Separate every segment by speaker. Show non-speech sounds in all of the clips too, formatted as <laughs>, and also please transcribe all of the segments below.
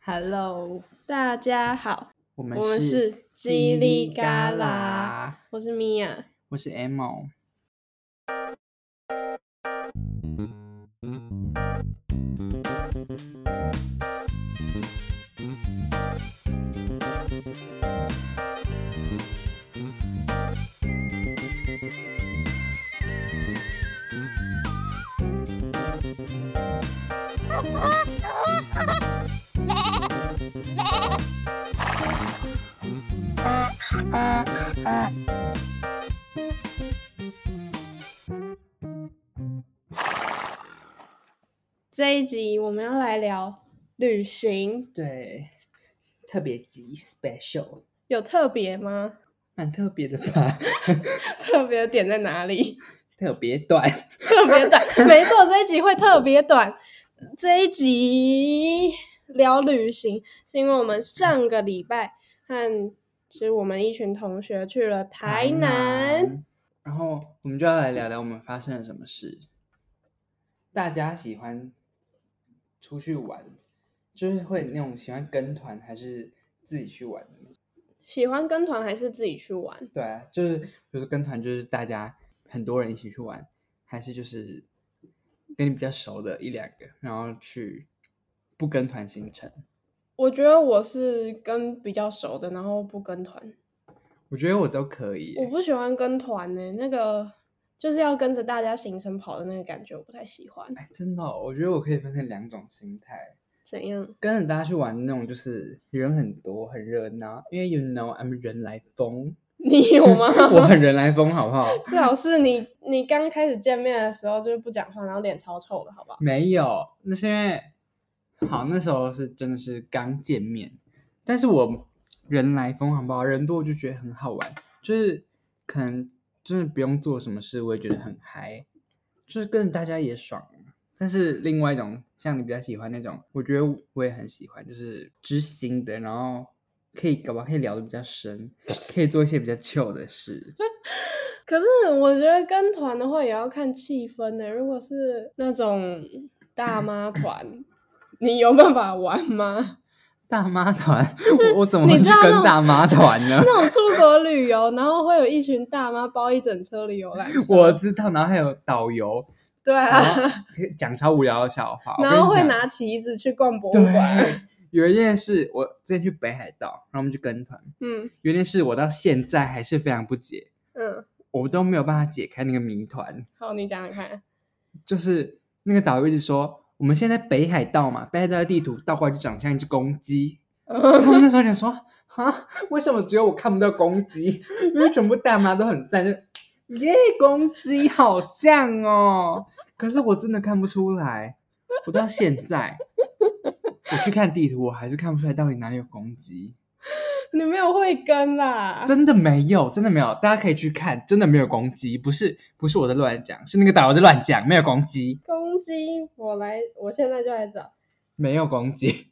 Speaker 1: Hello，大家好，
Speaker 2: 我们
Speaker 1: 我们是叽里嘎啦，
Speaker 2: 啦，
Speaker 1: 我是米娅。
Speaker 2: 我是 Emo。
Speaker 1: 这一集我们要来聊旅行，
Speaker 2: 对，特别集 Special，
Speaker 1: 有特别吗？
Speaker 2: 蛮特别的吧？
Speaker 1: <laughs>
Speaker 2: <laughs>
Speaker 1: 特别的点在哪里？
Speaker 2: 特别短，
Speaker 1: <laughs> 特别短，没错，这一集会特别短。这一集聊旅行，是因为我们上个礼拜和就是我们一群同学去了台南，。
Speaker 2: 然后我们就要来聊聊我们发生了什么事。大家喜欢出去玩，就是会那种喜欢跟团还是自己去玩的那种？
Speaker 1: 喜欢跟团还是自己去玩？
Speaker 2: 对啊，就是就是跟团，就是大家很多人一起去玩，还是就是跟你比较熟的一两个，然后去不跟团行程。
Speaker 1: 我觉得我是跟比较熟的，然后不跟团。
Speaker 2: 我觉得我都可以耶，
Speaker 1: 我不喜欢跟团呢、那个就是要跟着大家行程跑的那个感觉，我不太喜欢。
Speaker 2: 哎，真的哦、我觉得我可以分成两种心态，
Speaker 1: 怎样？
Speaker 2: 跟着大家去玩那种就是人很多很热闹，因为 you know I'm 人来疯，
Speaker 1: 你有 <laughs> 吗？
Speaker 2: <laughs> 我很人来疯，好不好？
Speaker 1: 最好是你，你刚开始见面的时候就是不讲话，然后脸超臭的，好不好？
Speaker 2: 没有，那是因为好那时候是真的是刚见面，但是我人来疯好不好？人多我就觉得很好玩，就是可能真的不用做什么事，我也觉得很嗨，就是跟着大家也爽。但是另外一种，像你比较喜欢那种，我觉得我也很喜欢，就是知心的，然后可以搞不好可以聊得比较深，可以做一些比较 chill 的事。 <laughs>
Speaker 1: 可是我觉得跟团的话也要看气氛呢、如果是那种大妈团，你有办法玩吗？
Speaker 2: 大妈团，我我怎么
Speaker 1: 你
Speaker 2: 会去
Speaker 1: 知道那
Speaker 2: 跟
Speaker 1: 种
Speaker 2: 大妈 <laughs> 团呢？
Speaker 1: 那种出国旅游，然后会有一群大妈包一整车的游览车，
Speaker 2: 我知道，然后还有导游，
Speaker 1: <laughs> 对啊
Speaker 2: 然，后讲超无聊的笑话，我
Speaker 1: 然
Speaker 2: 跟
Speaker 1: 后
Speaker 2: 你
Speaker 1: 会
Speaker 2: 讲
Speaker 1: 拿旗子去逛博物馆，
Speaker 2: 对。有一件事，我之前去北海道，然后我们去跟团。
Speaker 1: 嗯
Speaker 2: 有一件事，我到现在还是非常不解，
Speaker 1: 嗯，
Speaker 2: 我都没有办法解开那个谜团。
Speaker 1: 好，你讲讲看。 <laughs>
Speaker 2: 就是那个导游一直说，我们现在北海道嘛，北海道的地图倒过来就长像一只公鸡。然后我那时候想说，啊，为什么只有我看不到公鸡？因为全部大妈都很赞，就耶，公鸡好像哦。可是我真的看不出来，我到现在我去看地图，我还是看不出来到底哪里有公鸡。
Speaker 1: 你没有慧根啦，
Speaker 2: 真的没有，真的没有，大家可以去看，真的没有公鸡，不是不是我在乱讲，是那个导游在乱讲，没有公鸡，
Speaker 1: 公鸡，我来，我现在就来找
Speaker 2: 没有公鸡，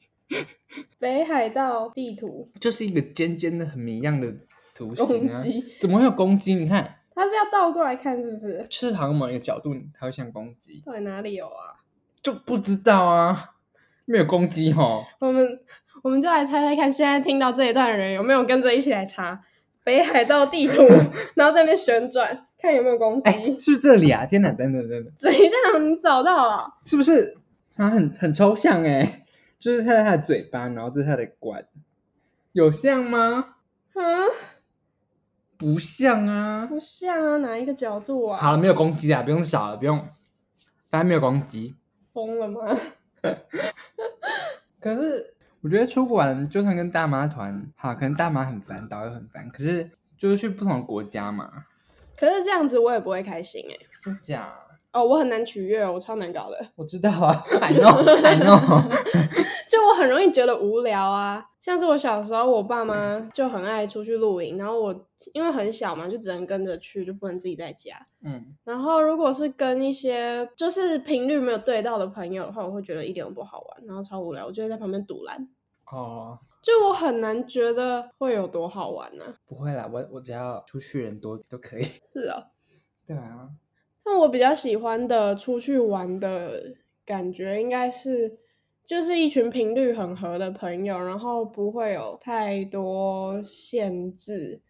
Speaker 1: 北海道地图
Speaker 2: 就是一个尖尖的很迷样的图形
Speaker 1: 公
Speaker 2: 啊，
Speaker 1: 鸡，
Speaker 2: 怎么会有公鸡？你看。
Speaker 1: 它是要倒过来看是不是？
Speaker 2: 就是好像某一个角度，它会像公鸡，
Speaker 1: 到底哪里有啊？
Speaker 2: 就不知道啊，没有哦公鸡吼。
Speaker 1: 我们我们就来猜猜看，现在听到这一段的人有没有跟着一起来查北海道地
Speaker 2: <laughs>
Speaker 1: 图，然后在那边旋转，看有没有公鸡。
Speaker 2: 哎、是不是这里啊？天哪，等等等等，
Speaker 1: 等一下，你找到啊了，
Speaker 2: 是不是？它很很抽象哎、就是它的它的嘴巴，然后这是它的管，有像吗？
Speaker 1: 嗯，
Speaker 2: 不像啊。
Speaker 1: 不像啊，哪一个角度啊？
Speaker 2: 好了，没有公鸡啊，不用找了，不用，反正没有公鸡。
Speaker 1: 疯了吗？ <laughs>
Speaker 2: 可是我觉得出国玩，就算跟大妈团，好，可能大妈很烦，导游很烦，可是就是去不同的国家嘛，
Speaker 1: 可是这样子我也不会开心哎、
Speaker 2: 真假？
Speaker 1: 哦，我很难取悦，我超难搞的。
Speaker 2: 我知道啊，I know，I know。
Speaker 1: 就我很容易觉得无聊啊。像是我小时候，我爸妈就很爱出去露营，然后我因为很小嘛，就只能跟着去，就不能自己在家。
Speaker 2: <laughs> 嗯，
Speaker 1: 然后如果是跟一些就是频率没有对到的朋友的话，我会觉得一点都不好玩，然后超无聊，我就会在旁边堵拦。
Speaker 2: 哦，
Speaker 1: 就我很难觉得会有多好玩呢、
Speaker 2: 不会啦，我我只要出去人多都可以。
Speaker 1: 是啊，
Speaker 2: <laughs> 对啊，
Speaker 1: 那我比较喜欢的出去玩的感觉，应该是就是一群频率很合的朋友，然后不会有太多限制，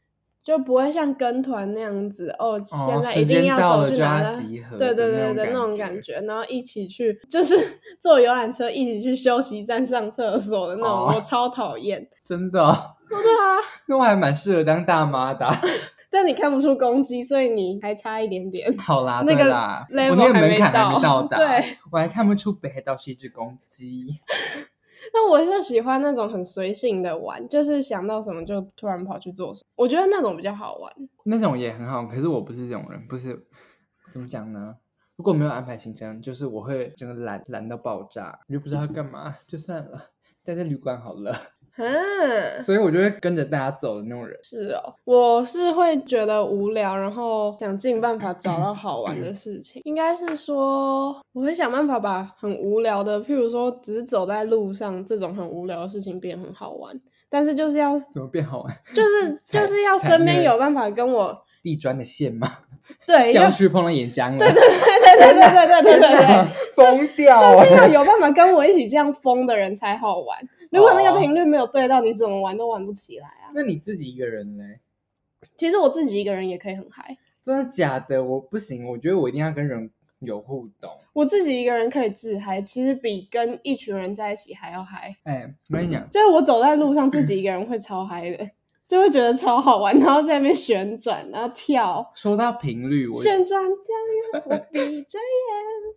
Speaker 1: 就不会像跟团那样子哦，现在一定要走去哪
Speaker 2: 时间到了就要集合的
Speaker 1: 对对对对，
Speaker 2: 那
Speaker 1: 那
Speaker 2: 种
Speaker 1: 种
Speaker 2: 感
Speaker 1: 感觉，然后一起去，就是 <laughs> 坐游览车一起去休息站上厕所的那种，
Speaker 2: 哦
Speaker 1: 我超讨厌。
Speaker 2: 真的哦、
Speaker 1: 哦，对啊，
Speaker 2: <laughs> 那我还蛮适合当大妈的啊、 <laughs>
Speaker 1: 但你看不出攻击，所以你还差一点点。
Speaker 2: 好啦，
Speaker 1: 那
Speaker 2: 对
Speaker 1: 个
Speaker 2: 啦，
Speaker 1: level
Speaker 2: 我那个
Speaker 1: 还
Speaker 2: 门
Speaker 1: 没
Speaker 2: 槛还没
Speaker 1: 到
Speaker 2: 到达，
Speaker 1: 对，
Speaker 2: 我还看不出北海道是一只公鸡。
Speaker 1: 那我就喜欢那种很随性的玩，就是想到什么就突然跑去做什么，我觉得那种比较好玩。
Speaker 2: 那种也很好，可是我不是这种人，不是怎么讲呢？如果没有安排行程，就是我会整个懒懒到爆炸，又不知道要干嘛， <laughs> 就算了，待在旅馆好了。 <laughs>
Speaker 1: 嗯，
Speaker 2: 所以我就会跟着大家走的那种人。
Speaker 1: 是哦，我是会觉得无聊，然后想尽办法找到好玩的事情。应该是说，我会想办法把很无聊的，譬如说只是走在路上这种很无聊的事情变得很好玩。但是就是要，
Speaker 2: 怎么变好玩？
Speaker 1: <laughs> 就是就是要
Speaker 2: 踩
Speaker 1: 身边
Speaker 2: 那个
Speaker 1: 有办法跟我
Speaker 2: 地砖的线吗？
Speaker 1: 对，要
Speaker 2: 掉
Speaker 1: 对
Speaker 2: 去碰到岩浆了，
Speaker 1: 哎对对对对对对 <laughs> 对。
Speaker 2: 疯掉
Speaker 1: 但是要
Speaker 2: 啊！
Speaker 1: 有办法跟我一起这样疯的人才好玩。如果那个频率没有对到，你怎么玩都玩不起来啊。
Speaker 2: <laughs> 那你自己一个人嘞？
Speaker 1: 其实我自己一个人也可以很嗨，
Speaker 2: 真的假的？我不行，我觉得我一定要跟人有互动。
Speaker 1: 我自己一个人可以自嗨，其实比跟一群人在一起还要嗨。
Speaker 2: 哎，我跟你讲，
Speaker 1: 就是我走在路上，自己一个人会超嗨的， <laughs> 就会觉得超好玩，然后在那边旋转，然后跳，
Speaker 2: 说到频率，我
Speaker 1: 旋转跳跃，我闭着眼。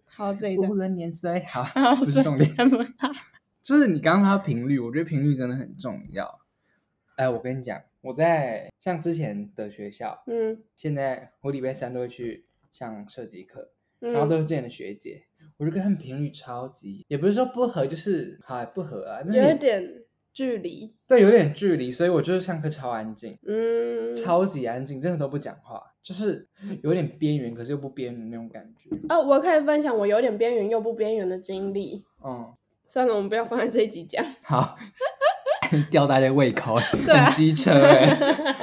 Speaker 1: 好，这一段
Speaker 2: 无论年岁，
Speaker 1: <laughs>
Speaker 2: 好，
Speaker 1: 好
Speaker 2: 不是重点，
Speaker 1: 算了
Speaker 2: 就是你刚刚说到频率，我觉得频率真的很重要。哎，我跟你讲，我在像之前的学校，
Speaker 1: 嗯
Speaker 2: 现在我礼拜三都会去上设计课，然后
Speaker 1: 嗯，
Speaker 2: 都是之前的学姐，我就跟他们频率超级，也不是说不合，就是好也不合啊，但是
Speaker 1: 有一
Speaker 2: 你
Speaker 1: 点距离，
Speaker 2: 对有点距离，所以我就是上课超安静，
Speaker 1: 嗯，
Speaker 2: 超级安静，真的都不讲话，就是有点边缘，可是又不边缘那种感觉。
Speaker 1: 哦，我可以分享我有点边缘又不边缘的经历。
Speaker 2: 嗯，
Speaker 1: 算了，我们不要放在这一集讲。
Speaker 2: 好， <laughs> 吊大家胃口，
Speaker 1: 对啊
Speaker 2: 很机车哎、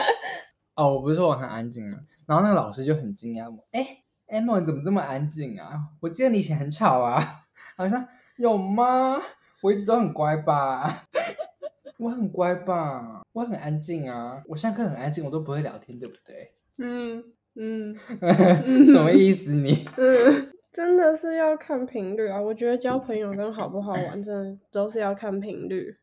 Speaker 2: <laughs> 哦，我不是说我很安静吗？然后那个老师就很惊讶我，哎、欸、，Emma 你怎么这么安静啊？我记得你以前很吵啊。好像有吗？我一直都很乖吧。我很乖吧，我很安静啊，我上课很安静，我都不会聊天，对不对？
Speaker 1: <laughs> 嗯嗯
Speaker 2: <laughs> 什么意思你？
Speaker 1: 嗯， <laughs> 真的是要看频率啊！我觉得交朋友跟好不好玩，真的都是要看频率，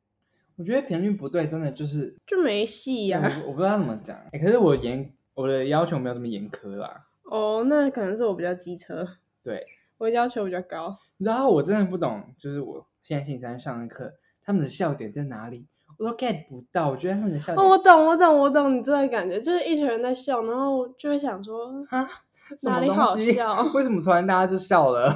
Speaker 2: 我觉得频率不对，真的就是
Speaker 1: 就没戏呀、
Speaker 2: 我我不知道怎么讲、欸可是我严我的要求没有这么严苛啦。
Speaker 1: 哦，那可能是我比较机车，
Speaker 2: 对，
Speaker 1: 我要求比较高。
Speaker 2: 你知道我真的不懂，就是我现在星期三上的课，他们的笑点在哪里，我都 get 不到。我觉得他们的笑点、
Speaker 1: 哦，我懂，我懂，我懂你这个感觉，就是一群人在笑，然后就会想说，
Speaker 2: 啊，什
Speaker 1: 哪
Speaker 2: 么
Speaker 1: 里
Speaker 2: 东
Speaker 1: 好
Speaker 2: 西
Speaker 1: 笑
Speaker 2: 为什么突然大家就
Speaker 1: <laughs>
Speaker 2: 笑了？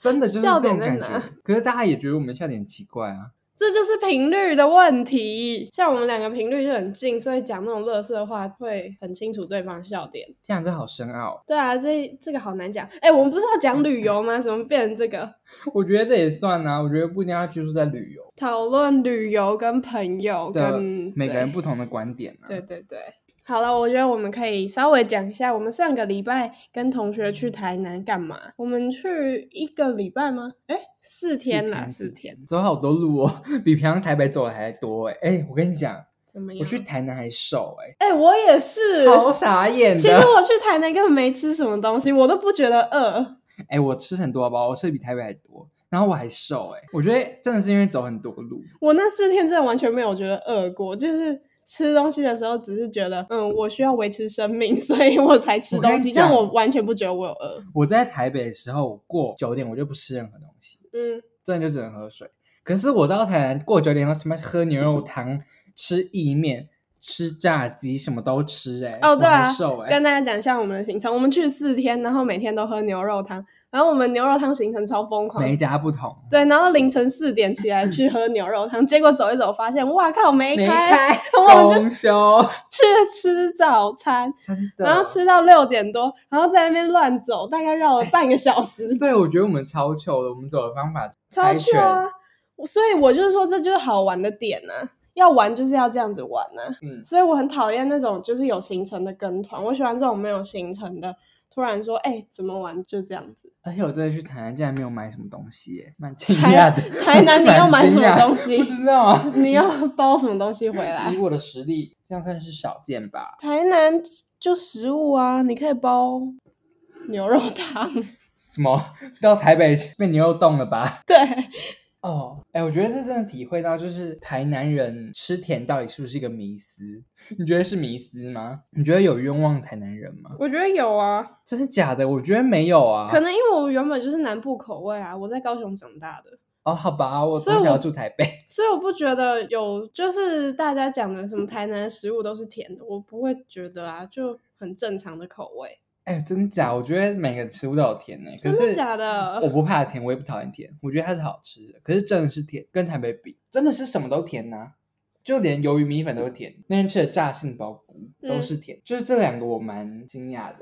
Speaker 2: 真的就是这
Speaker 1: 笑点
Speaker 2: 种感
Speaker 1: 在
Speaker 2: 觉。可是大家也觉得我们笑点很奇怪啊。
Speaker 1: 这就是频率的问题。像我们两个频率就很近，所以讲那种乐色话会很清楚对方笑点。
Speaker 2: 天啊，这好深奥。
Speaker 1: 对啊，这这个好难讲。哎、我们不是要讲旅游吗？怎么变成这个
Speaker 2: 我觉得这也算啊。我觉得不一定要居住在旅游
Speaker 1: 讨论旅游跟朋友
Speaker 2: 的
Speaker 1: 跟
Speaker 2: 每个人不同的观点啊。
Speaker 1: 对？对对对。好了，我觉得我们可以稍微讲一下，我们上个礼拜跟同学去台南干嘛？我们去一个礼拜吗？哎，四天啦，四天，
Speaker 2: 走好多路哦，比平常台北走的还多哎、哎、我跟你讲，
Speaker 1: 怎么
Speaker 2: 我
Speaker 1: 样？
Speaker 2: 去台南还瘦哎、
Speaker 1: 哎，我也是。
Speaker 2: 好傻眼的。
Speaker 1: 呃其实我去台南根本没吃什么东西，我都不觉得饿。
Speaker 2: 哎、我吃很多好不好？我吃的比台北还多，然后我还瘦哎、我觉得真的是因为走很多路，
Speaker 1: 我那四天真的完全没有觉得饿过，就是吃东西的时候只是觉得，嗯，我需要维持生命， <laughs> 所以我才吃
Speaker 2: 我跟
Speaker 1: 东
Speaker 2: 你
Speaker 1: 西，
Speaker 2: 讲
Speaker 1: 但我完全不觉得我有饿。
Speaker 2: 我在台北的时候，我过九点我就不吃任何东西，
Speaker 1: 嗯，
Speaker 2: 真的就只能喝水。可是我到台南过九点，我什么喝牛肉汤、吃意面、吃炸鸡，什么都吃哎、
Speaker 1: 哦对啊
Speaker 2: 我还瘦哎、
Speaker 1: 跟大家讲一下我们的行程，我们去四天，然后每天都喝牛肉汤，然后我们牛肉汤行程超疯狂。
Speaker 2: 每一家不同，
Speaker 1: 对，然后凌晨四点起来
Speaker 2: <clears throat>
Speaker 1: 去喝牛肉汤，结果走一走发现，哇靠，没
Speaker 2: 没
Speaker 1: 开，
Speaker 2: 开，
Speaker 1: 我
Speaker 2: 公休，
Speaker 1: 去吃早餐，
Speaker 2: 真的。
Speaker 1: 然后吃到六点多，然后在那边乱走，大概绕了半个小
Speaker 2: <laughs>
Speaker 1: 时
Speaker 2: 对，我觉得我们超糗的，我们走的方法
Speaker 1: 超
Speaker 2: 猜
Speaker 1: 去啊！我所以我就是说，这就是好玩的点呢、要玩就是要这样子玩呢、啊
Speaker 2: 嗯
Speaker 1: 所以我很讨厌那种就是有行程的跟团，我喜欢这种没有行程的，突然说，哎、怎么玩？就这样子。
Speaker 2: 而且我这次去台南竟然没有买什么东西耶，蛮惊
Speaker 1: 台
Speaker 2: 讶的。
Speaker 1: 台南你要买什么东
Speaker 2: 不 <laughs>
Speaker 1: 西？
Speaker 2: 知道啊。
Speaker 1: 你要包什么东西回来
Speaker 2: 以？我的实力，这样算是少见吧？
Speaker 1: 台南就食物啊，你可以包牛肉汤， <laughs>
Speaker 2: 什么到台北被牛肉冻了吧？
Speaker 1: 对，
Speaker 2: 哦，哎，我觉得这真的体会到，就是台南人吃甜到底是不是一个迷思？你觉得是迷思吗？你觉得有冤枉台南人吗？
Speaker 1: 我觉得有啊，
Speaker 2: 真的假的？我觉得没有啊。
Speaker 1: 可能因为我原本就是南部口味啊，我在高雄长大的，
Speaker 2: 哦，好吧，我
Speaker 1: 所以
Speaker 2: 从小
Speaker 1: 我
Speaker 2: 住台北。
Speaker 1: 所以我不觉得有，就是大家讲的什么台南食物都是甜的，我不会觉得啊，就很正常的口味，
Speaker 2: 哎，真假？我觉得每个食物都有甜呢、可
Speaker 1: 真
Speaker 2: 是
Speaker 1: 的假的
Speaker 2: 我不怕甜，我也不讨厌甜，我觉得它是好吃的。可是真的是甜，跟台北比，真的是什么都甜呐、就连鱿鱼米粉都是甜。那天吃的炸杏鲍菇
Speaker 1: 嗯
Speaker 2: 都是甜，就是这两个我蛮惊讶的。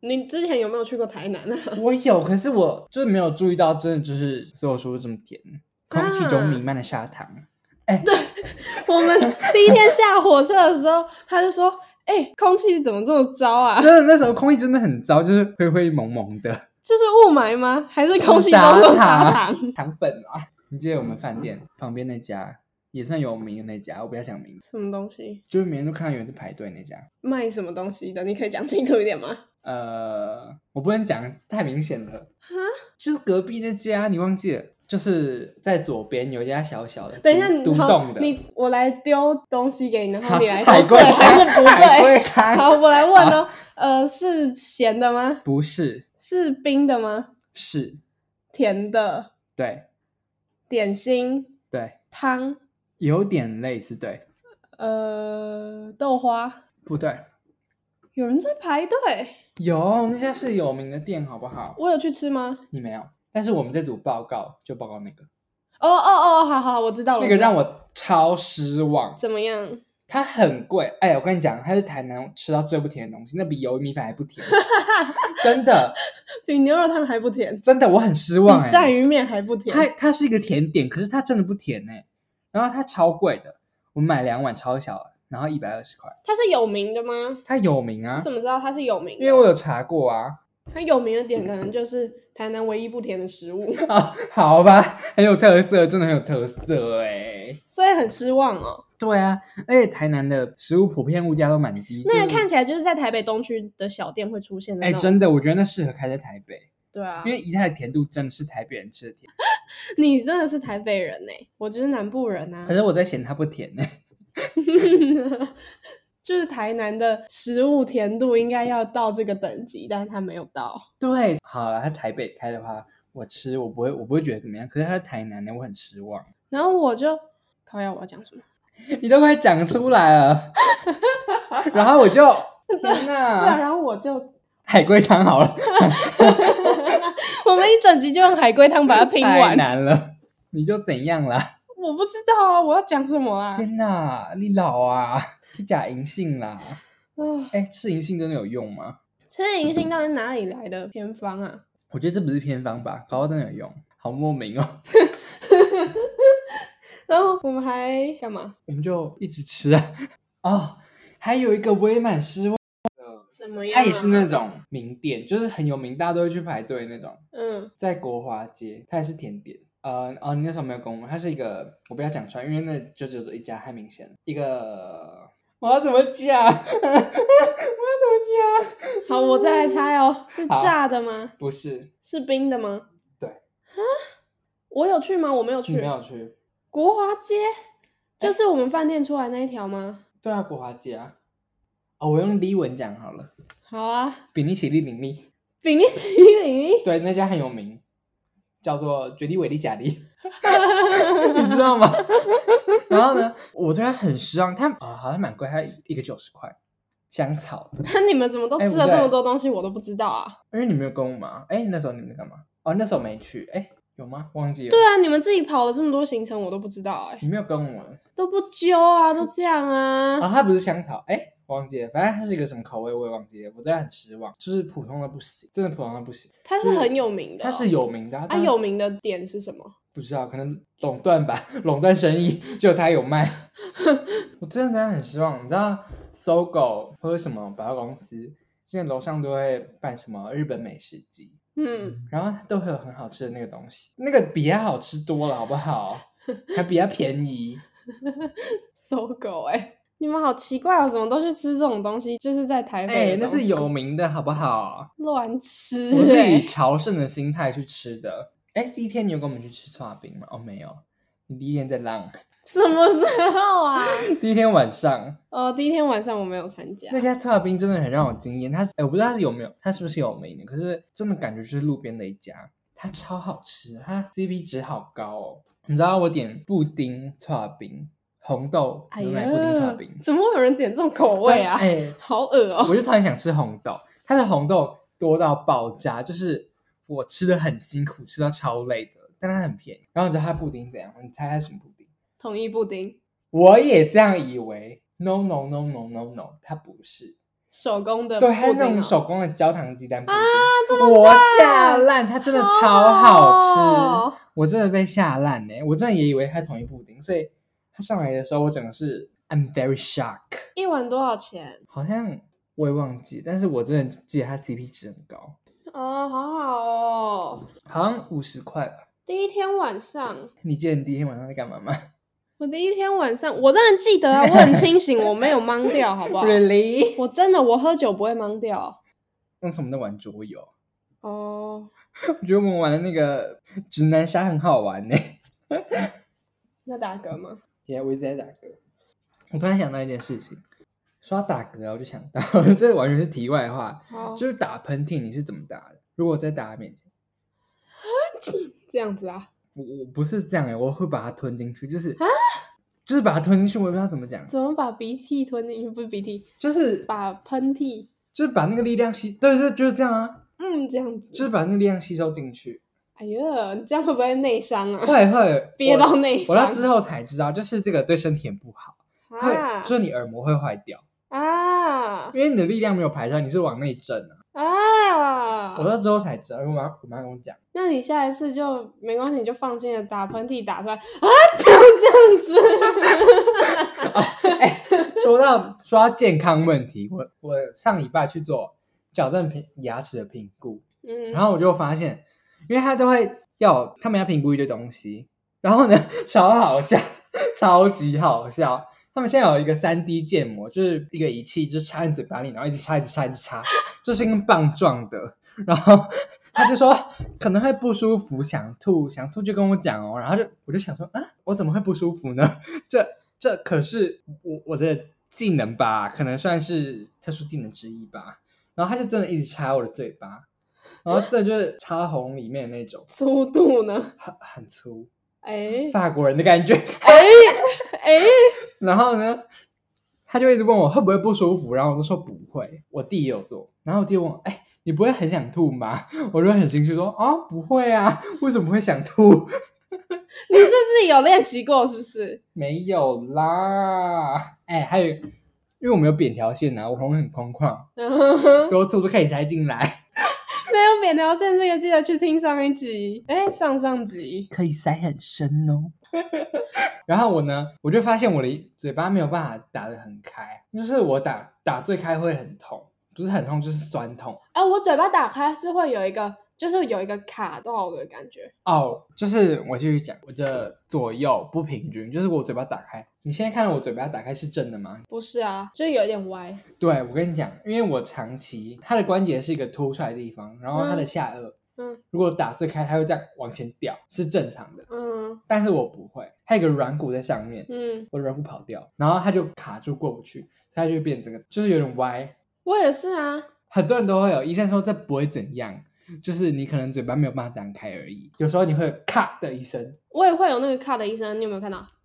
Speaker 1: 你之前有没有去过台南啊？
Speaker 2: 我有，可是我就是没有注意到，真的就是所有食物这么甜，空气中弥漫了砂糖。
Speaker 1: <laughs> 啊我们第一天下火车的时候，他就说：“哎、空气怎么这么糟啊？ <laughs>
Speaker 2: 真的那时候空气真的很糟，就是灰灰蒙蒙的。
Speaker 1: 这是雾霾吗？还是空气中有砂糖？”
Speaker 2: 糖粉啊！你记得我们饭店旁边那家也算有名的那家，我不要讲名字，
Speaker 1: <laughs> 什么东西？
Speaker 2: 就是每天都看到有人在排队那家。
Speaker 1: 卖什么东西的？你可以讲清楚一点吗？
Speaker 2: 呃，我不能讲太明显了，就是隔壁那家，你忘记了？就是在左边有一家小小的，
Speaker 1: 等一下，
Speaker 2: 嗯独
Speaker 1: 你
Speaker 2: 独
Speaker 1: 好
Speaker 2: 栋，的，
Speaker 1: 你我来丢东西给你，然后
Speaker 2: 好
Speaker 1: 你来说
Speaker 2: 海龟
Speaker 1: 对还是不
Speaker 2: 海
Speaker 1: 对？
Speaker 2: 龟啊汤
Speaker 1: 好，我来问哦。呃，是咸的吗？
Speaker 2: 不是
Speaker 1: 是冰的吗？
Speaker 2: 是，
Speaker 1: 甜的？
Speaker 2: 对
Speaker 1: 点心、
Speaker 2: 对，
Speaker 1: 汤、
Speaker 2: 有点类似，对
Speaker 1: 呃，豆花。
Speaker 2: 不对？
Speaker 1: 有人在排队，
Speaker 2: 有那家是有名的店，好不好？
Speaker 1: 我有去吃吗？
Speaker 2: 你没有，但是我们这组报告就报告那个，
Speaker 1: 哦哦哦，好好，我知道了。
Speaker 2: 那个
Speaker 1: 知道
Speaker 2: 让
Speaker 1: 了
Speaker 2: 我超失望。
Speaker 1: 怎么样？
Speaker 2: 它很贵，哎，我跟你讲，它是台南吃到最不甜的东西，那比油米粉还
Speaker 1: <laughs>
Speaker 2: 不甜，真的，
Speaker 1: 比牛肉汤还不甜，
Speaker 2: 真的，我很失
Speaker 1: 比
Speaker 2: 望
Speaker 1: 鳝
Speaker 2: 哎。
Speaker 1: 鱼面还不甜。
Speaker 2: 它它是一个甜点，可是它真的不甜哎，然后它超贵的，我买两碗超小的，然后一百二十块。
Speaker 1: 它是有名的吗？
Speaker 2: 它有名啊
Speaker 1: 我，怎么知道它是有名的？
Speaker 2: 因为我有查过啊。
Speaker 1: 它有名的点可能就是台南唯一不甜的食物， <laughs>
Speaker 2: 啊，好吧，很有特色，真的很有特色哎。
Speaker 1: 所以很失望哦。
Speaker 2: 对啊，而且台南的食物普遍物价都蛮低。
Speaker 1: 那
Speaker 2: 就
Speaker 1: 个
Speaker 2: 是
Speaker 1: 看起来就是在台北东区的小店会出现的
Speaker 2: 嗯哎、
Speaker 1: 那种。
Speaker 2: 真的，我觉得那适合开在台北，
Speaker 1: 对啊
Speaker 2: 因，为宜泰的甜度真的是台北人吃的甜，
Speaker 1: 你真的是台北人呢、欸我就是南部人啊
Speaker 2: 可。是我在嫌它不甜呢、欸
Speaker 1: <laughs> 就是台南的食物甜度应该要到这个等级，但是它没有到。
Speaker 2: 对，好了，它台北开的话，我吃我不会我不会觉得怎么样，可是它在台南呢，我很失望。
Speaker 1: 然后我就，靠要我要讲什么？
Speaker 2: 你都快讲出来
Speaker 1: <laughs>
Speaker 2: 了，然后我就天
Speaker 1: 对啊，
Speaker 2: 哪，
Speaker 1: 然后我就
Speaker 2: 海龟汤好
Speaker 1: <laughs>
Speaker 2: 了，
Speaker 1: 我们一整集就用海龟汤把它拼
Speaker 2: 太
Speaker 1: 完。
Speaker 2: 难了，你就怎样啦？
Speaker 1: <laughs> 我不知道啊，我要讲什么啊？
Speaker 2: 天哪，你老啊，去假银杏啦！
Speaker 1: 啊，
Speaker 2: 哎，吃银杏真的有用吗？
Speaker 1: 吃银杏到底哪里来的偏方啊？
Speaker 2: 我觉得这不是偏方吧，搞到真的有用，好莫名哦。
Speaker 1: 然后我们还干嘛？
Speaker 2: 我们就一直吃啊。哦，还有一个我也蛮失望，
Speaker 1: 什么
Speaker 2: 它也是那种名店，就是很有名，大家都会去排队那种，
Speaker 1: 嗯，
Speaker 2: 在国华街，它也是甜点。呃，哦，你那时候没有跟我们，它是一个，我不要讲出来，因为那就只有一家，太明显了。一个，我要怎么讲？我 <laughs> 要怎么讲？
Speaker 1: 好，我再来猜哦，是
Speaker 2: 好
Speaker 1: 炸的吗？
Speaker 2: 不是，
Speaker 1: 是冰的吗？
Speaker 2: 对
Speaker 1: 啊，我有去吗？我没有去。
Speaker 2: 你没有去？
Speaker 1: 国华街
Speaker 2: 哎
Speaker 1: 就是我们饭店出来那一条吗？
Speaker 2: 对啊，国华街啊。哦，我用李文 <laughs> 讲好了，
Speaker 1: 好啊，
Speaker 2: 比尼奇利领利，
Speaker 1: 比利奇林。
Speaker 2: 对，那家很有名，叫做绝地伟力贾利。 <laughs> 你知道吗？然后呢，我对它很失望，它啊、好像蛮贵，它一个九十块，香草的。
Speaker 1: 那 <laughs> 你们怎么都
Speaker 2: 哎
Speaker 1: 吃了
Speaker 2: 不
Speaker 1: 这
Speaker 2: 对
Speaker 1: 么多东西，我都不知道啊？
Speaker 2: 因为你没有跟我嘛，哎，那时候你们在干嘛？哦，那时候没去，哎，有吗？忘记了。
Speaker 1: 对啊，你们自己跑了这么多行程，我都不知道哎、
Speaker 2: 你没有跟我们。
Speaker 1: 都不揪啊，都这样啊。
Speaker 2: 嗯啊、它不是香草，哎，忘记了，反正它是一个什么口味，我也忘记了。我对它很失望，就是普通的不行，真的普通的不行。
Speaker 1: 它是很有名的、
Speaker 2: 它是。有嗯名的，它
Speaker 1: 它啊有名的点是什么？
Speaker 2: 不知道，可能垄断吧， <laughs> 垄断生意，只有他有
Speaker 1: <laughs>
Speaker 2: 卖。我真的对他很失望。你知道搜狗或者什么百货公司，现在楼上都会办什么日本美食季，
Speaker 1: 嗯，
Speaker 2: 然后都会有很好吃的那个东西，那个比它好吃多了，好不好？还比较便宜。
Speaker 1: 搜狗哎、你们好奇怪哦，怎么都去吃这种东西？就是在台北
Speaker 2: 哎、
Speaker 1: 的
Speaker 2: 那
Speaker 1: 东
Speaker 2: 是
Speaker 1: 西
Speaker 2: 有名的，好不 <laughs> 好？
Speaker 1: 乱吃
Speaker 2: 我是
Speaker 1: 哎、
Speaker 2: 以朝圣的心态去吃的。哎、第一天你有跟我们去吃串冰吗？哦，没有，你第一天在浪， <laughs>
Speaker 1: 什么时候啊？
Speaker 2: 第一天晚上
Speaker 1: 哦，第一天晚上我没有参加
Speaker 2: 那，家串冰真的很让我惊艳。它，哎、我不知道它是有没有，它是不是有名的？可是真的感觉就是路边的一家，它超好吃，它 CP 值好高哦。你知道我点布丁串冰，红豆
Speaker 1: 哎
Speaker 2: 牛奶布丁串
Speaker 1: 呀
Speaker 2: 冰，，
Speaker 1: 怎么会有人点这种口味啊？
Speaker 2: 哎、
Speaker 1: 好恶哦、
Speaker 2: 我就突然想吃红豆，它的红豆多到爆炸，就是我吃的很辛苦，吃到超累的，但它很便宜。然后你知道它布丁怎样吗？你猜它是什么布丁？
Speaker 1: 统一布丁，
Speaker 2: 我也这样以为，no no no no no no，它不是，
Speaker 1: 手工的布
Speaker 2: 对，
Speaker 1: 丁、
Speaker 2: 它是那种
Speaker 1: 哦啊
Speaker 2: 手工的焦糖鸡蛋布丁，
Speaker 1: 这么
Speaker 2: 我
Speaker 1: 赞
Speaker 2: 吓烂，它真的超好吃，
Speaker 1: 好哦好
Speaker 2: 我真的被吓烂呢、我真的也以为它统一布丁，所以它上来的时候，我整个是 I'm very shocked。
Speaker 1: 一碗多少钱？
Speaker 2: 好像我也忘记，但是我真的记得它 CP 值很高，
Speaker 1: 哦，好好哦。
Speaker 2: 好像五十块吧。
Speaker 1: 第一天晚上，
Speaker 2: 你记得你第一天晚上在干嘛吗 <laughs>
Speaker 1: 我第一天晚上，我当然记得啊，我很清醒，我没有懵掉，好不好？
Speaker 2: ？Really？
Speaker 1: 我真的，我喝酒不会懵掉。
Speaker 2: 那时候我们在玩桌游， <laughs>
Speaker 1: 哦，
Speaker 2: 我觉得我们玩的那个直男杀很好玩呢、 <laughs>
Speaker 1: 那打嗝吗？
Speaker 2: 也、我一直在打嗝。我突然想到一件事情，说到打嗝啊，我就想到， <laughs> 这完全是题外话，
Speaker 1: 好，
Speaker 2: 就是打喷嚏，你是怎么打的？如果在大家面前，
Speaker 1: 这样子啊？
Speaker 2: 我我不是这样哎、我会把它吞进去，就是就是把它吞进去，我也不知道怎么讲，
Speaker 1: 怎么把鼻涕吞进去？不是鼻涕，
Speaker 2: 就是
Speaker 1: 把喷嚏，
Speaker 2: 就是把那个力量吸，对对，就是这样啊，
Speaker 1: 嗯，这样
Speaker 2: 就
Speaker 1: 子。
Speaker 2: 是把那个力量吸收进去。
Speaker 1: 哎呀，你这样会不会内伤啊？
Speaker 2: 会 <laughs> 会
Speaker 1: 憋到内
Speaker 2: 我，我到
Speaker 1: 伤
Speaker 2: 之后才知道，就是这个对身体很不好，会
Speaker 1: 啊
Speaker 2: 就是你耳膜会坏掉，
Speaker 1: 啊
Speaker 2: 因为你的力量没有排上，你是往内震啊。
Speaker 1: 啊！
Speaker 2: 我到之后才知道，因为我妈我妈跟我讲，
Speaker 1: 那你下一次就没关系，你就放心的打喷嚏打出来啊，就这样子。
Speaker 2: <laughs> 哎说到说到健康问题，我我上礼拜去做矫正评牙齿的评估，
Speaker 1: 嗯，
Speaker 2: 然后我就发现，因为他都会要他们要评估一堆东西，然后呢， <laughs> 超好笑，超级好笑。他们现在有一个三 D 建模，就是一个仪器，就插在嘴巴里，然后一直插，一直插，一直插， <laughs> 就是跟棒状的。然后 <laughs> 他就说可能会不舒服，想吐，想吐就跟我讲哦。然后就我就想说啊，我怎么会不舒服呢？ <laughs> 这这可是我我的技能吧，可能算是特殊技能之一吧。然后他就真的一直插我的嘴巴，然后这就是插红里面的那种，
Speaker 1: 粗度呢？
Speaker 2: 很很粗，
Speaker 1: 哎
Speaker 2: 法国人的感觉。 <laughs>
Speaker 1: 哎哎，
Speaker 2: 然后呢，他就一直问我会不会不舒服，然后我就说不会。我弟也有做，然后我弟问我，哎、你不会很想吐吗？我就很心虚说，哦，不会啊，为什么会想吐？
Speaker 1: 你是自己有练习过是不是？ <laughs>
Speaker 2: 没有啦，哎、还有，因为我没有扁条线啊，我喉咙很空旷，
Speaker 1: 嗯哼哼
Speaker 2: 多吐都可以塞进来，
Speaker 1: 没有扁条线这个，记得去听上一集，哎，上上集。
Speaker 2: 可以塞很深哦。 <laughs> 然后我呢，我就发现我的嘴巴没有办法打得很开，就是我打打最开会很痛，不是很痛就是酸痛。
Speaker 1: 哎、我嘴巴打开是会有一个，就是有一个卡到的感觉。
Speaker 2: 哦，就是我继续讲，我的左右不平均，就是我嘴巴打开。你现在看到我嘴巴打开是正的吗？
Speaker 1: 不是啊，就是有点歪。
Speaker 2: 对，我跟你讲，因为我长期它的关节是一个凸出来的地方，然后它的下颚，
Speaker 1: 嗯
Speaker 2: 如果打碎开，它会这样往前掉，是正常的。
Speaker 1: 嗯
Speaker 2: 但是我不会，它有个软骨在上面，
Speaker 1: 嗯，
Speaker 2: 我的软骨跑掉，然后它就卡住过不去，所以它就变整个就是有点歪。
Speaker 1: 我也是啊。
Speaker 2: 很多人都会有，医生说这不会怎样，就是你可能嘴巴没有办法张开而已，有时候你会咔的一声。
Speaker 1: 我也会有那个卡的医生，你有没有看到？ <laughs>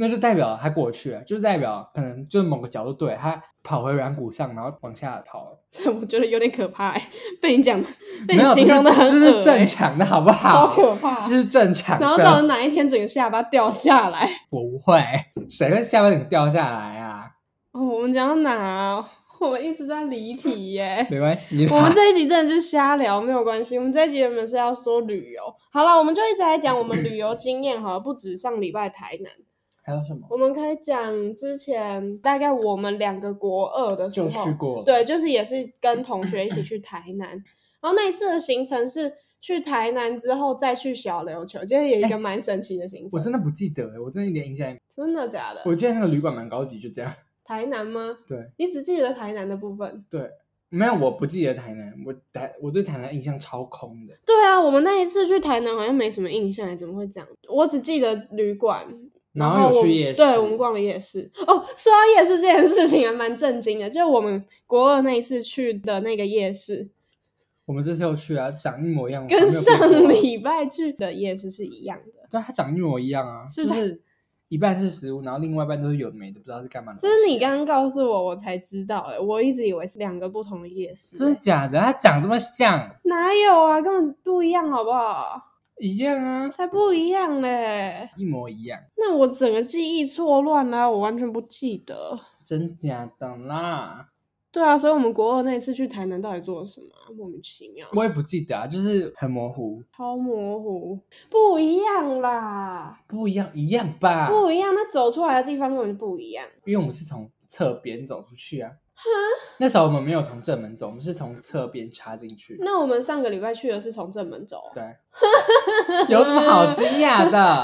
Speaker 2: 那就代表他过去了，就是代表可能就是某个角度对他跑回软骨上，然后往下逃了，
Speaker 1: 我觉得有点可怕、欸，被你讲，被
Speaker 2: 没
Speaker 1: 你
Speaker 2: 有
Speaker 1: 形容的很
Speaker 2: 这
Speaker 1: 恶、
Speaker 2: 是
Speaker 1: 欸，
Speaker 2: 这是正常的，好不
Speaker 1: 超
Speaker 2: 好？
Speaker 1: 可怕。
Speaker 2: 这是正常的。
Speaker 1: 然后到了哪一天，整个下巴掉下来。
Speaker 2: 我不会，谁会下巴怎么掉下来啊？
Speaker 1: 哦，我们讲到哪、啊？我们一直在离题耶、
Speaker 2: 没关系啦，
Speaker 1: 我们这一集真的就是瞎聊，没有关系。我们这一集原本是要说旅游，好了，我们就一直来讲我们旅游经验好了，不止上礼拜台南，
Speaker 2: 还有什么？
Speaker 1: 我们可以讲之前大概我们两个国二的时
Speaker 2: 就
Speaker 1: 候，
Speaker 2: 去过了，
Speaker 1: 对，就是也是跟同学一起去台南，然后那一次的行程是去台南之后再去小琉球，就是也一个蛮神奇的行程。
Speaker 2: 哎我真的不记得、欸，我真的一点印象也没。
Speaker 1: 真的假的？
Speaker 2: 我记得那个旅馆蛮高级，就这样。
Speaker 1: 台南吗？
Speaker 2: 对，
Speaker 1: 你只记得台南的部分。
Speaker 2: 没有，我不记得台南，我台我对台南印象超空的。
Speaker 1: 对啊，我们那一次去台南好像没什么印象，怎么会这样？我只记得旅馆，
Speaker 2: 然
Speaker 1: 后
Speaker 2: 后有
Speaker 1: 我
Speaker 2: 去
Speaker 1: 们
Speaker 2: 夜市，
Speaker 1: 对，我们逛了夜市。哦，说到夜市这件事情，还蛮震惊的。就是我们国二那一次去的那个夜市，
Speaker 2: 我们这次又去啊，长一模一样，我
Speaker 1: 跟
Speaker 2: 还没有变
Speaker 1: 上
Speaker 2: 过啊
Speaker 1: 礼拜去的夜市是一样的。
Speaker 2: 对，它长一模一样啊，
Speaker 1: 是
Speaker 2: 就
Speaker 1: 它
Speaker 2: 是一半是食物，然后另外一半都是有的没的，不知道是干嘛的东
Speaker 1: 这
Speaker 2: 西啊。
Speaker 1: 是你刚刚告诉我，我才知道、欸。我一直以为是两个不同的夜市、欸
Speaker 2: 真的假的？它长这么像，
Speaker 1: 哪有啊？根本不一样，好不好？
Speaker 2: 一样啊，
Speaker 1: 才不一样嘞、
Speaker 2: 一模一样，
Speaker 1: 那我整个记忆错乱啦、我完全不记得。
Speaker 2: 真假的啦，
Speaker 1: 对啊，所以我们国二那一次去台南到底做了什么啊、莫名其妙，
Speaker 2: 我也不记得啊，就是很模糊，
Speaker 1: 超模糊，不一样啦，
Speaker 2: 不一样，一样吧？
Speaker 1: 不一样。那走出来的地方根本就不一样。
Speaker 2: 因为我们是从侧边走出去啊。那时候我们没有从正门走，我们是从侧边插进去。
Speaker 1: 那我们上个礼拜去的是从正门走啊，
Speaker 2: 对， <laughs> 有什么好惊讶的？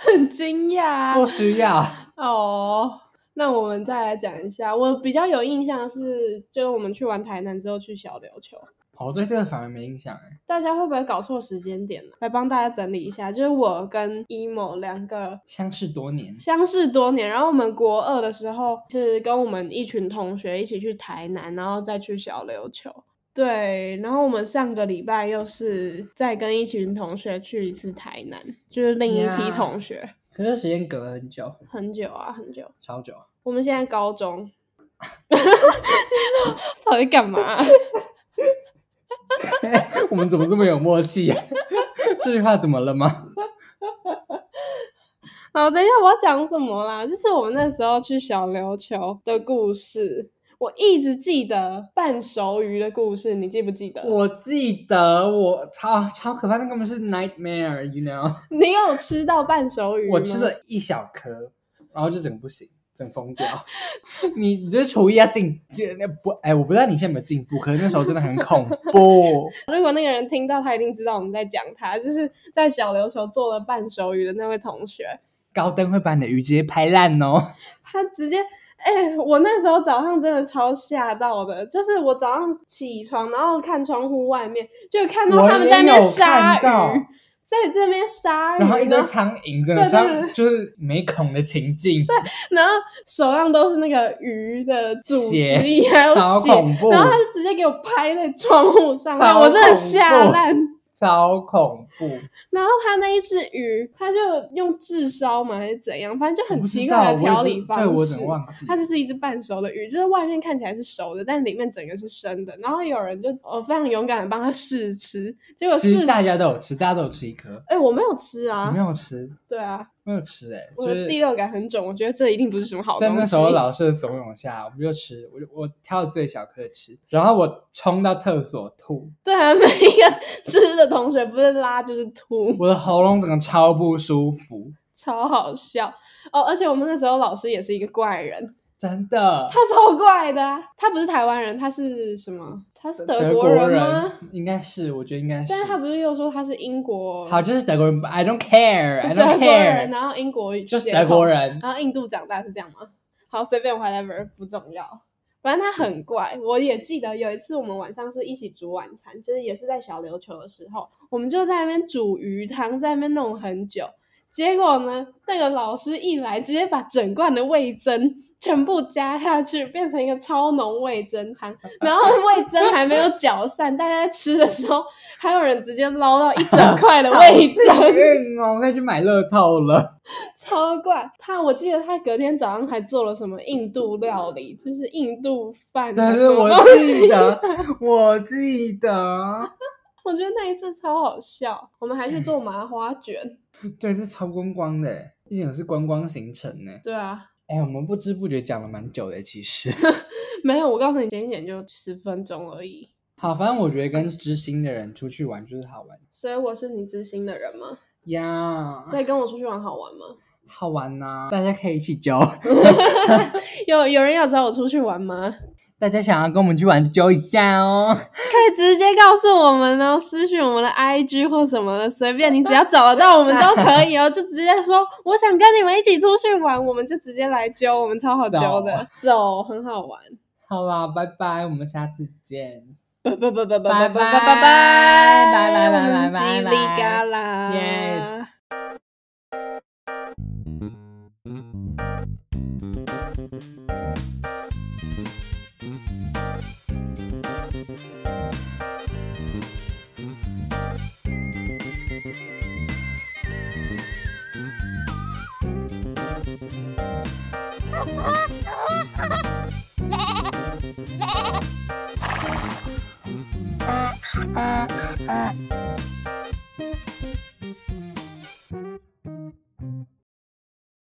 Speaker 1: 很惊讶啊。
Speaker 2: 不需要。
Speaker 1: 哦，那我们再来讲一下，我比较有印象的是，就是我们去完台南之后去小琉球，
Speaker 2: 哦，对这个反而没印象哎。
Speaker 1: 大家会不会搞错时间点呢？来帮大家整理一下，就是我跟 emo 两个
Speaker 2: 相识多年，
Speaker 1: 相识多年，然后我们国二的时候是跟我们一群同学一起去台南，然后再去小琉球。对，然后我们上个礼拜又是再跟一群同学去一次台南，就是另一批
Speaker 2: 呀
Speaker 1: 同学，
Speaker 2: 可是时间隔了很久，
Speaker 1: 很久啊，很久。
Speaker 2: 超久。
Speaker 1: 我们现在高中，到底干嘛？
Speaker 2: <laughs> 我们怎么这么有默契呀、 <laughs> 这句话怎么了吗？
Speaker 1: <laughs> 好，等一下我要讲什么啦？就是我们那时候去小琉球的故事，我一直记得半熟鱼的故事，你记不记得？
Speaker 2: 我记得我超超可怕，那根本是 nightmare，you know。
Speaker 1: 你有吃到半熟鱼吗？
Speaker 2: 我吃，了一小颗，然后就整个不行，整个疯掉。 <laughs> 你你这厨艺要进进那不？哎，我不知道你现在有没有进步，可是那时候真的很恐
Speaker 1: <laughs>
Speaker 2: 怖。
Speaker 1: 如果那个人听到，他一定知道我们在讲他，就是在小琉球做了半熟鱼的那位同学。
Speaker 2: 高登会把你的鱼直接拍烂哦。
Speaker 1: 他直接，哎、我那时候早上真的超吓到的，就是我早上起床，然后看窗户外面，就看到
Speaker 2: 我
Speaker 1: 他们在
Speaker 2: 也
Speaker 1: 那边
Speaker 2: 有
Speaker 1: 杀
Speaker 2: 看到
Speaker 1: 鱼，在这边杀鱼，
Speaker 2: 然后一堆
Speaker 1: 然后
Speaker 2: 苍蝇，真的
Speaker 1: 对对
Speaker 2: 像就是没孔的情境，
Speaker 1: 然后手上都是那个鱼的组织
Speaker 2: 血
Speaker 1: 液，还有
Speaker 2: 超
Speaker 1: 血，
Speaker 2: 恐怖，
Speaker 1: 然后他就直接给我拍在窗户上面，
Speaker 2: 超
Speaker 1: 我真的
Speaker 2: 恐
Speaker 1: 吓
Speaker 2: 怖
Speaker 1: 烂。
Speaker 2: 超恐怖。
Speaker 1: 然后他那一只鱼，他就用炙烧嘛还是怎样，反正就
Speaker 2: 我
Speaker 1: 很
Speaker 2: 不知
Speaker 1: 奇
Speaker 2: 道
Speaker 1: 怪的
Speaker 2: 我
Speaker 1: 调
Speaker 2: 也
Speaker 1: 理
Speaker 2: 不
Speaker 1: 方式。
Speaker 2: 对我怎么忘记？
Speaker 1: 它就是一只半熟的鱼，就是外面看起来是熟的，但里面整个是生的。然后有人就呃非常勇敢的帮他试吃，结果
Speaker 2: 其
Speaker 1: 试
Speaker 2: 实
Speaker 1: 吃
Speaker 2: 大家都有吃，大家都有吃一颗，
Speaker 1: 哎、我没有吃
Speaker 2: 我
Speaker 1: 啊
Speaker 2: 没，有吃，
Speaker 1: 对啊，
Speaker 2: 没有吃哎，
Speaker 1: 我
Speaker 2: 就
Speaker 1: 的
Speaker 2: 是
Speaker 1: 第六感很准，我觉得这一定不是什么好
Speaker 2: 在
Speaker 1: 东西。
Speaker 2: 那时候老师的怂恿下，我们就吃，我就我挑最小颗的吃，然后我冲到厕所吐，
Speaker 1: 对啊，每一个吃的同学不是拉就是吐，
Speaker 2: 我的喉咙整个超不舒服，
Speaker 1: 超好笑哦。而且我们那时候老师也是一个怪人，
Speaker 2: 真的
Speaker 1: 他。超怪的啊、他不是台湾人，他是什么？他是
Speaker 2: 德
Speaker 1: 国
Speaker 2: 人
Speaker 1: 吗？
Speaker 2: 应该是，我觉得应该是
Speaker 1: 但。是他不是又说他是英国
Speaker 2: 好，就是德国人，I don't
Speaker 1: <laughs>
Speaker 2: care，I
Speaker 1: 德
Speaker 2: don't
Speaker 1: 国人，
Speaker 2: care，
Speaker 1: 然后英国语
Speaker 2: 就是
Speaker 1: 血
Speaker 2: 德国
Speaker 1: 统
Speaker 2: 人。
Speaker 1: 然后印度长大是这样吗？好，随便 whatever 不重要，反正他很怪。我也记得有一次我们晚上是一起煮晚餐，就是也是在小琉球的时候，我们就在那边煮鱼汤，在那边弄很久。结果呢，那个老师一来，直接把整罐的味增全部加下去，变成一个超浓味增汤。然后味增还没有搅散，大家在吃的时候，还有人直接捞到一整块的味增。
Speaker 2: 运哦，我可以去买乐
Speaker 1: <laughs>
Speaker 2: 透了。
Speaker 1: 超怪！他我记得他隔天早上还做了什么印度料理，就是印度饭。
Speaker 2: 但是我
Speaker 1: 我
Speaker 2: 记得，我记得，
Speaker 1: <laughs> 我觉得那一次超好笑。我们还去做麻花卷，
Speaker 2: 对，是超观光的耶，一点是观光行程呢。
Speaker 1: 对啊，
Speaker 2: 哎，我们不知不觉讲了蛮久的，其实。
Speaker 1: 没有，我告诉你，剪一剪就十分钟而已。
Speaker 2: 好，反正我觉得跟知心的人出去玩就是好玩
Speaker 1: 所以我是你知心的人吗？
Speaker 2: 呀。
Speaker 1: 所以跟我出去玩好玩吗？ <laughs>
Speaker 2: 好玩呐、大家可以一起揪。
Speaker 1: 有有人要找我出去玩吗？
Speaker 2: 大家想要跟我们去玩，揪一下哦。
Speaker 1: 可以直接告诉我们哦，私讯我们的 IG 或什么的，随便你只要找得到我们都可以哦，就直接说我想跟你们一起出去玩，我们就直接来揪，我们超好揪的，走，很好玩，
Speaker 2: 好啦，拜拜，我们下次见，
Speaker 1: 拜拜拜拜拜拜
Speaker 2: 拜
Speaker 1: 拜拜拜
Speaker 2: 拜拜
Speaker 1: 我
Speaker 2: 拜
Speaker 1: 们是
Speaker 2: 拜
Speaker 1: 叽
Speaker 2: 拜
Speaker 1: 里嘎
Speaker 2: 拜
Speaker 1: 啦
Speaker 2: Yes